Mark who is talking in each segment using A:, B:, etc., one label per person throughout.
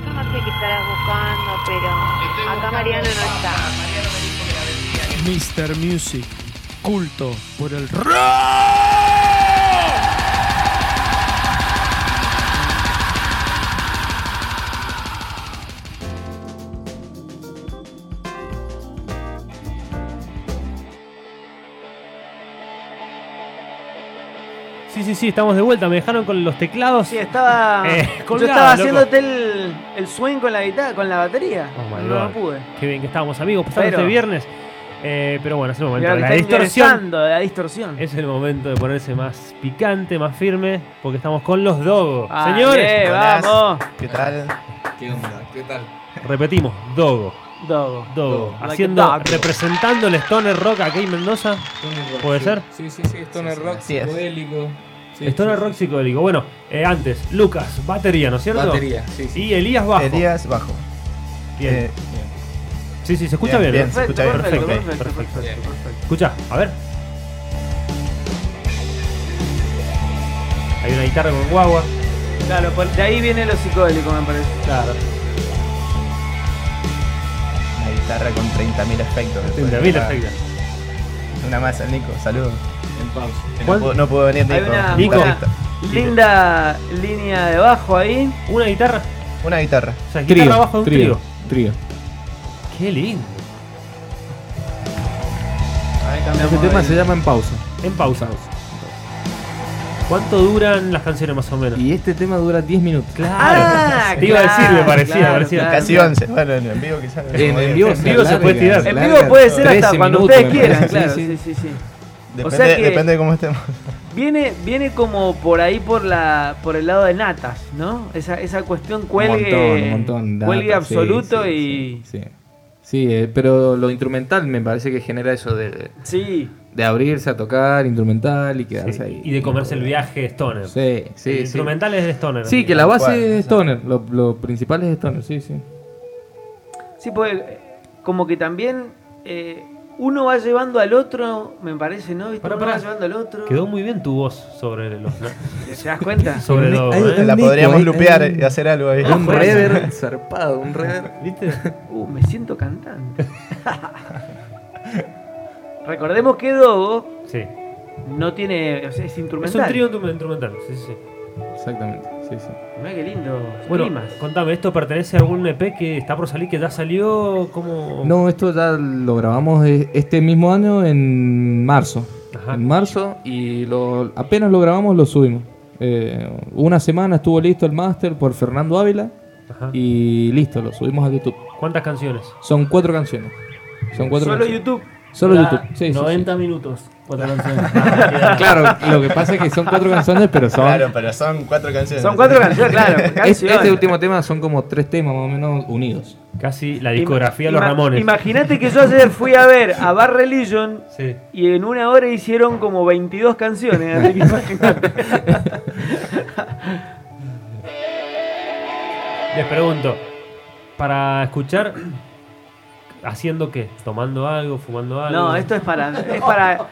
A: que estarás buscando, pero acá Mariano no está.
B: Mr. Music, culto por el rock.
C: Sí, sí, sí, estamos de vuelta. Me dejaron con los teclados.
D: Sí, estaba.
C: Eh,
D: yo
C: colgado,
D: estaba
C: loco.
D: haciéndote el, el swing con la guitarra, con la batería.
C: Oh my
D: no,
C: God.
D: no pude.
C: Qué bien que estábamos amigos, pasando
D: Pero-
C: este viernes. Eh, pero bueno, es el momento.
D: Mirá
C: de
D: que
C: La
D: está
C: distorsión. Eh,
D: ingresando la distorsión.
C: Es el momento de ponerse más picante, más firme, porque estamos con los Dogos.
D: Ah,
C: Señores,
D: bien,
E: buenas.
D: vamos.
E: ¿Qué tal?
F: ¿Qué onda? ¿Qué tal?
C: repetimos, Dogo.
D: Dogo.
C: Dogo.
E: Dogo.
C: Haciendo,
D: Like a Dogo.
C: representando el Stoner Rock aquí en Mendoza. ¿Puede
F: sí.
C: ser?
F: Sí, sí, sí, Stoner
E: Sí, sí,
F: Rock,
E: así es.
F: psicodélico. Sí,
C: Stoner
F: sí,
C: Rock
F: sí.
C: psicodélico. Bueno, eh, antes, Lucas, batería, ¿no es cierto?
F: Batería, sí, sí.
C: Y Elías Bajo.
E: Elías Eh, Bajo.
C: Bien.
E: Eh,
C: sí, sí, se escucha bien.
E: bien,
C: ¿no?
E: bien. Se escucha bien.
D: perfecto,
C: Perfecto,
D: perfecto, perfecto,
F: perfecto.
D: perfecto.
C: Escucha, a ver. Hay una guitarra con guagua.
D: Claro, por- de ahí viene lo psicodélico, me parece.
C: Claro.
E: una guitarra con 30.000 efectos. después. Ah, Una más al Nico, saludos.
F: En pausa.
E: No
C: ¿Cuál?
E: pudo, no pudo venir Nico.
D: Hay una,
C: Nico.
D: una
E: guitarrista.
D: linda línea de bajo ahí.
C: Una guitarra.
E: Una guitarra.
C: O sea, guitarra abajo de un trío.
F: Trío.
C: Qué lindo.
F: Este tema se llama En pausa.
C: En pausa. ¿Cuánto duran las canciones más o menos?
F: Y este tema dura 10 minutos.
D: Ah,
C: Te iba a decir, me parecía,
D: claro,
C: parecía.
D: claro.
E: Casi 11. Bueno, en vivo quizás. no
F: En,
E: como
F: en
E: 10.
F: vivo,
C: En vivo se
F: alarga,
C: puede tirar.
D: En
F: alarga.
D: vivo puede ser
F: 13
D: hasta cuando
F: minutos,
D: ustedes
F: me
D: quieran,
F: parece.
D: claro.
F: Sí, sí.
D: Sí, sí, sí.
E: Depende,
D: O sea que-
E: depende de cómo estemos.
D: Viene, viene como por ahí por la por el lado de Natas, ¿no? Esa, esa cuestión cuelgue,
F: Un montón, un montón. data,
D: cuelgue
F: sí,
D: absoluto
F: sí,
D: y
F: Sí, sí. Sí, eh, pero lo instrumental me parece que genera eso de,
D: sí.
F: de abrirse a tocar instrumental y quedarse
C: Sí,
F: ahí.
C: Y de comerse el viaje Stoner.
F: Sí,
C: El
F: sí, sí.
C: instrumental es de Stoner.
F: Sí, que la
E: Tal
F: base
E: cual,
F: es
E: exacto.
F: Stoner. Lo, lo principal es Stoner, sí, sí.
D: Sí, porque eh, como que también eh, uno va llevando al otro, me parece, ¿no? ¿Viste?
C: Pará,
D: uno
C: pará.
D: va llevando al otro.
C: Quedó muy bien tu voz sobre los. ¿no?
D: ¿Se das cuenta?
C: sobre
F: Hay-
C: Dogo,
F: hay-
C: ¿eh?
F: Un
E: La
F: Nico,
E: podríamos
F: eh,
E: lupear
F: eh.
E: y hacer algo ahí.
F: Un rever zarpado, un rever.
C: ¿Viste?
D: Uh, me siento cantante. Recordemos que Dogo
C: Sí.
D: no tiene, o sea, es
C: Es
D: instrumental.
C: un trío instrumental. Sí, sí, sí.
F: Exactamente, sí, sí.
D: Mirá qué lindo.
C: Bueno,
D: Primas.
C: contame, ¿esto pertenece a algún EP que está por salir, que ya salió?
D: Oh.
C: ¿Cómo?
F: No, esto ya lo grabamos eh, este mismo año en marzo.
C: Ajá.
F: En marzo y lo, apenas lo grabamos lo subimos. Eh, una semana estuvo listo el máster por Fernando Ávila
C: Ajá.
F: y listo, lo subimos a YouTube.
C: ¿Cuántas canciones?
F: Son cuatro canciones. Son cuatro
D: Solo
F: canciones.
D: YouTube.
F: Solo
G: Da
F: YouTube. Sí, sí, sí.
G: 90 minutos, cuatro canciones.
F: Claro, lo que pasa es que son cuatro canciones, pero son...
E: Claro, pero son cuatro canciones.
D: Son cuatro canciones, claro.
F: Es-
D: canciones.
F: este último tema son como tres temas más o menos unidos.
C: Casi la
D: Ima-
C: discografía de los
D: ima-
C: Ramones.
D: Imagínate que yo ayer fui a ver a Bar Religion
C: sí.
D: y en una hora hicieron como 22 canciones. Así que imagínate.
C: Les pregunto, para escuchar, ¿haciendo qué? ¿Tomando algo? ¿Fumando algo?
D: No, esto es para. Es para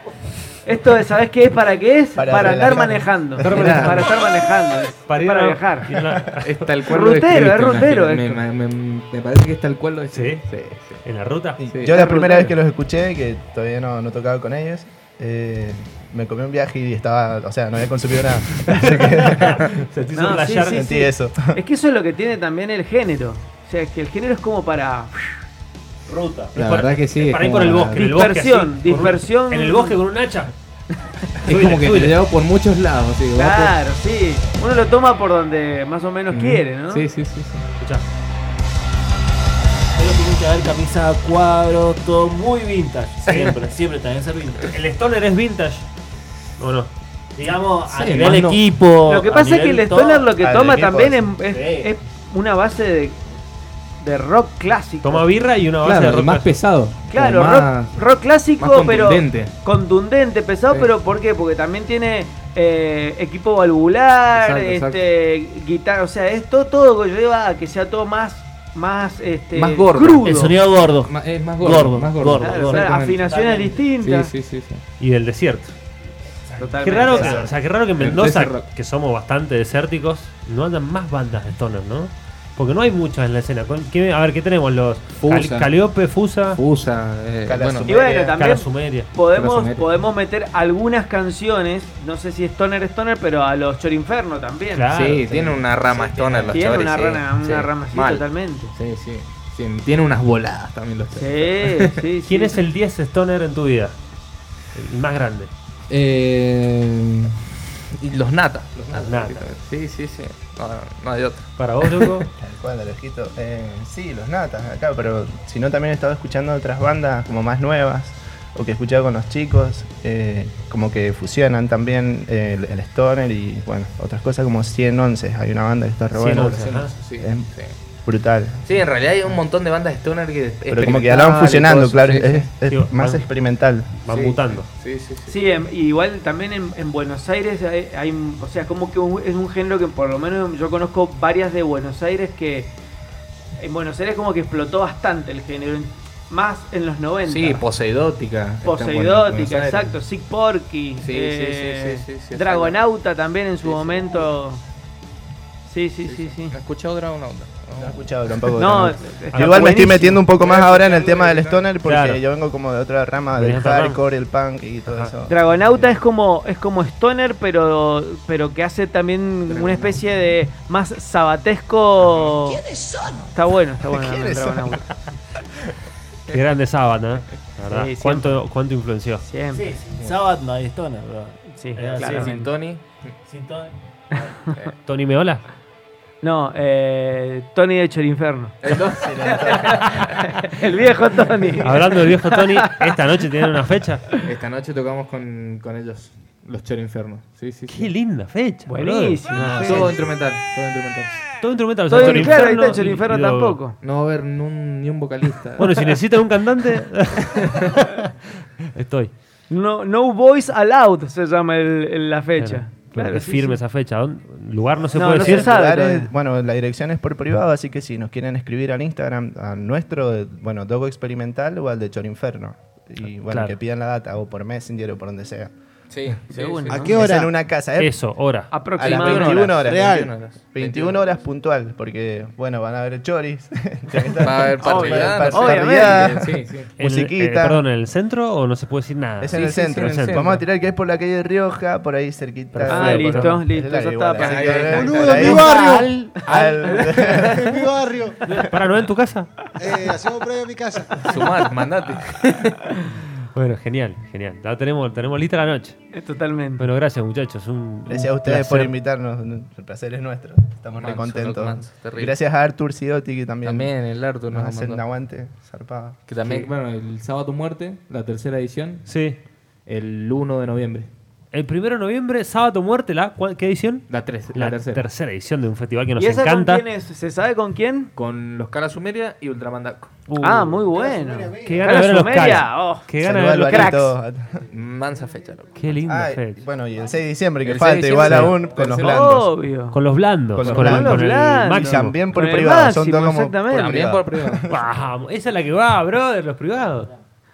D: esto de, ¿sabés qué es? ¿Para qué es? Para,
E: Para
D: estar
E: relajar.
D: manejando.
C: Estar
F: manejando.
D: Para estar manejando. Es Para,
C: ir a- ir a
D: viajar.
C: la-
F: Es tal
D: Rutero,
F: cual lo
D: es
F: describiste,
D: rutero
F: me,
D: esto.
F: me- me- me parece que es tal cual lo
C: ¿Sí?
F: describiste. Sí, sí.
C: ¿En la ruta?
E: Y
F: Sí.
E: Yo la
D: Es
E: primera vez
D: brutal.
E: que los escuché, que todavía no, no tocaba con ellos, eh, me comí un viaje y estaba, o sea, no había consumido nada. Así que
C: Se te hizo
D: No,
C: flashear.
D: Sí,
E: sentí
D: sí.
E: eso.
F: Eh,
D: Es que eso es lo que tiene también el género. O sea, es que el género es como para.
G: Ruta.
F: La
C: para-
F: verdad que sí.
C: Para
F: es
C: ir
F: como
C: por el
F: la-
C: bosque. en el
D: Dispersión,
C: bosque, así, con un-
D: dispersión.
C: en el bosque con un hacha.
F: Es como que
C: Subile,
F: te llevo por muchos lados. así que vos
D: Claro, sí. Uno lo toma por donde más o menos
F: te-
D: quiere, ¿no?
F: Sí, sí, sí. sí.
C: Escuchá,
G: Solo tienen que haber camisa a cuadros, todo muy vintage. Siempre, siempre también ser vintage.
C: ¿el Stoner es vintage? ¿O no?
G: Digamos, a
F: Sí,
G: nivel
F: más no.
G: equipo.
D: Lo que
G: a
D: pasa es que
G: nivel
D: el
G: todo.
D: Stoner lo que
E: Al
D: toma
E: equipo,
D: también es,
E: sí.
D: es- es una base de, de rock clásico.
C: Toma birra y una base
F: Claro,
C: de
F: el
C: rock.
F: más pesado.
D: claro,
F: el más-
D: rock, rock clásico,
F: más
D: pero
F: contundente.
D: contundente, pesado,
F: Sí.
D: pero ¿por qué? Porque también tiene eh, equipo valvular,
F: Exacto,
D: este, guitarra, o sea, es todo, todo que lleva a que sea todo más, más, este,
F: Más gordo.
D: crudo.
G: El sonido gordo.
F: Ma- es más gordo,
G: Gordo,
F: más gordo.
G: gordo,
D: Claro,
G: gordo.
D: o sea,
F: Exactamente.
D: afinaciones
G: Totalmente.
D: distintas.
F: Sí, sí, sí. sí.
C: Y del desierto.
D: Totalmente.
C: Qué raro, que,
E: Exacto.
C: o sea, qué raro que en
F: El
C: Mendoza,
F: desert rock.
C: que somos bastante desérticos, no andan más bandas de Stoner, ¿no? Porque no hay muchos en la escena. Con- ¿qué- a ver, ¿qué tenemos? Los
F: Fusa.
C: Cal- Caliope, Fusa,
F: Usa. eh,
E: Cala
F: bueno,
E: su
D: Y bueno,
E: Sumeria.
D: también
C: Cara Sumeria.
D: podemos,
F: Sumeria.
D: podemos meter algunas canciones, no sé si Stoner Stoner, pero a los Chorinferno también.
C: Claro.
F: sí, tiene una rama stoner los
D: Tiene
F: chavales.
D: una
F: sí,
D: rana,
F: sí,
D: una rama así
F: mal.
D: totalmente.
F: Sí, sí, sí, Tiene unas voladas también los chavales.
D: Sí, sí,
C: ¿Quién
D: sí.
C: es el 10 Stoner en tu vida? El más grande.
F: Eh, y los nata. Los nata.
C: Nata.
F: Sí, sí, sí. No, no, no hay otra.
C: Para vos, loco.
E: Tal cual, Alejito. Eh, sí, los natas acá, pero si no también he estado escuchando otras bandas como más nuevas o que he escuchado con los chicos, eh, como que fusionan también eh, el, el stoner y bueno, otras cosas como 111. Hay una banda que está re buena.
C: 111, ajá.
F: Ah, Sí,
E: Es
F: sí.
E: brutal.
F: Sí, en realidad hay un montón de bandas stoner que.
E: Pero como que ya la van fusionando, claro, es, es
C: Sí, bueno.
E: más experimental.
C: Van mutando.
F: Sí, sí, sí.
D: Sí, en- igual también en, en Buenos Aires hay, hay- o sea, como que un- es un género que por lo menos yo conozco varias de Buenos Aires que en Buenos Aires como que explotó bastante el género, en- más en los 90.
F: Sí, poseidótica.
D: Poseidótica, exacto, Sick Porky,
F: sí,
D: eh,
F: sí, sí, sí, sí,
D: Dragonauta también en su
F: Sí, sí.
D: momento. Sí, sí, sí, sí.
F: ¿Has escuchado Dragon Onda?
E: No he escuchado tampoco.
D: No, este,
E: tampoco.
D: es-
E: Yo
D: está
E: igual me estoy
D: buenísimo.
E: metiendo un poco más ahora en el tema del stoner porque
C: Claro.
E: yo vengo como de otra rama del
C: Venís de otra rama.
E: hardcore, el punk y todo
C: Ajá.
E: eso.
D: Dragonauta es como es como stoner, pero pero que hace también una especie de más sabatesco. Está bueno, está bueno.
E: ¿Quiénes
D: el
E: son?
D: Dragonauta.
C: Qué grande sábana, ¿eh? la verdad.
D: Sí, siempre.
C: ¿Cuánto, ¿Cuánto influenció?
D: Siempre.
G: Sí, sin Sabbath no hay Stoner, bro.
D: Sí,
G: Eh,
D: claro.
G: sí,
F: Sin Tony.
G: Sin Stoner.
C: ¿Tony Meola?
D: No, eh, Tony de Chorinferno.
F: Entonces,
D: El viejo Tony.
C: Hablando del viejo Tony, ¿esta noche tienen una fecha?
F: Esta noche tocamos con, con ellos, los Chero Inferno. Sí, sí,
C: Qué
F: sí.
C: linda fecha. boludo.
D: Buenísimo. sí.
F: Todo instrumental, todo instrumental.
C: Todo instrumental. o sea,
D: Tony, claro, ahí está el
C: Inferno y
D: Chorinferno
C: lo-
D: tampoco.
F: No va a haber ni un, ni un vocalista.
C: Bueno, si necesitan un cantante. Estoy.
D: No, no Voice Allowed se llama el- el- la fecha. Claro,
C: es
D: sí,
C: firme
D: sí.
C: esa fecha. ¿Dónde- Lugar no se
D: No,
C: puede
D: no se
C: decir.
D: sabe.
E: Lugares,
D: todavía.
E: bueno, la dirección es por privado, así que si nos quieren escribir al Instagram, a nuestro, eh, bueno, Dogo Experimental o al de Chorinferno. Y bueno,
C: Claro.
E: que pidan la data o por Messenger o por donde sea.
F: sí, sí,
D: Según.
F: sí.
D: ¿A
H: ¿A qué hora?
E: Es en una casa, ¿eh?
C: Eso, hora.
E: A las
D: Aproximadamente.
E: 21 horas.
H: Real.
E: 21 horas. 21 horas puntual, porque, bueno, van a ver choris.
F: Va a haber
E: Va a haber
F: partida.
E: partida.
F: Sí, sí.
C: En el-
E: musiquita.
C: eh, perdón, ¿en el centro o no se puede decir nada?
E: Es
F: Sí,
E: en el
F: sí, sí,
E: centro.
F: en el centro.
E: Vamos a tirar que es por la calle Rioja, por ahí cerquita.
D: Ah,
C: Perfecto.
D: listo,
E: Es
D: listo,
E: la
D: ya
E: igual,
D: está.
E: así
D: para-
E: que deben estar
H: Boludo,
E: ahí.
H: mi barrio.
E: Al-
H: En mi barrio.
C: Para, ¿no es en tu casa?
H: Eh, hacemos previo a mi casa.
F: Sumar, mandate.
C: Bueno, genial, genial. Ya tenemos, tenemos lista la noche.
D: Totalmente.
C: Bueno, gracias muchachos. Un,
E: Gracias a
C: un
E: ustedes por
C: placer.
E: invitarnos, el placer es nuestro, estamos
F: Manso,
E: re contentos.
F: loco, manso, terrible.
E: Gracias a Artur Sidotti que también,
F: También el Artu
E: nos
F: nos
E: hace un
F: mandó.
E: aguante, zarpado.
F: Que también, bueno, el Sábado Muerte, la tercera edición,
C: Sí.
F: el 1 de noviembre.
C: El primero de noviembre, sábado muerte, la ¿cuál- ¿qué edición?
F: La, tres, la, tercera.
C: edición de un festival que nos
D: ¿Y esa
C: encanta.
D: con quién es? ¿Se sabe con quién?
F: Con los Cara Sumeria y Ultramandaco.
C: Uh,
D: ah, muy bueno.
C: Qué ganas de ver a los
D: Cara Sumeria,
C: Cara.
D: oh.
C: Qué ganas de
E: Saludos
C: ver
E: al
C: los
D: Alvarito.
C: cracks.
E: Barito.
F: Mansa fecha, loco.
C: Qué linda
E: Ay,
C: fecha.
E: bueno, y el 6 de diciembre que
F: El 6 de
E: falta igual
F: diciembre.
E: aún con los
F: Tercero.
E: blandos.
D: Obvio.
C: Con los blandos.
E: Con los
C: el-
E: blandos.
C: el
D: Blandos.
E: Y
C: máximo.
E: también por
D: Con el
E: privado, son
D: máximo,
E: todos como
D: exactamente.
E: por
F: También por
E: privado.
F: privado.
C: Vamos, esa es la que va, brother, los privados.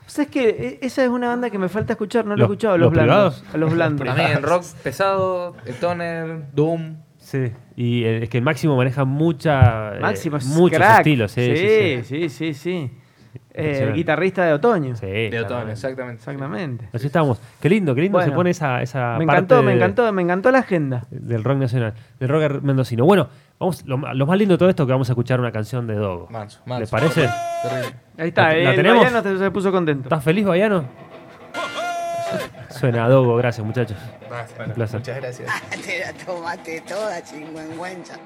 D: ¿Sabes que e- Esa es una banda que me falta escuchar, no lo he
C: Los-
D: escuchado, a
C: los
D: los blandos.
C: privados.
D: A los blandos.
F: También rock pesado, stoner, doom.
C: Sí. Y eh, es que el máximo maneja mucha, eh,
D: Máximo es
C: muchos
D: crack.
C: estilos. Sí, sí, sí.
D: sí, sí, sí. Eh,
C: Impresionante.
D: guitarrista de otoño.
C: Sí,
F: De otoño,
C: exactamente.
F: exactamente.
D: Exactamente.
C: Así estamos. Qué lindo, qué lindo
D: Bueno.
C: se pone esa, esa
D: me
C: parte
D: encantó, me
C: Ah, de-
D: encantó, me encantó la agenda.
C: del rock nacional, del rock mendocino. Bueno, vamos, lo, ma- lo más lindo de todo esto es que vamos a escuchar una canción de Dogo.
F: Manso, manso.
C: ¿Le parece?
F: Terrible.
D: Ahí está,
C: ¿La-
D: eh,
C: la
D: el
C: tenemos?
D: Mariano te- se puso contento.
C: ¿Estás feliz, Bayano? Suena a Dogo, gracias muchachos.
E: Bueno,
C: Oh. placer.
E: Muchas gracias.
I: Te la tomaste toda, chingüengüenza.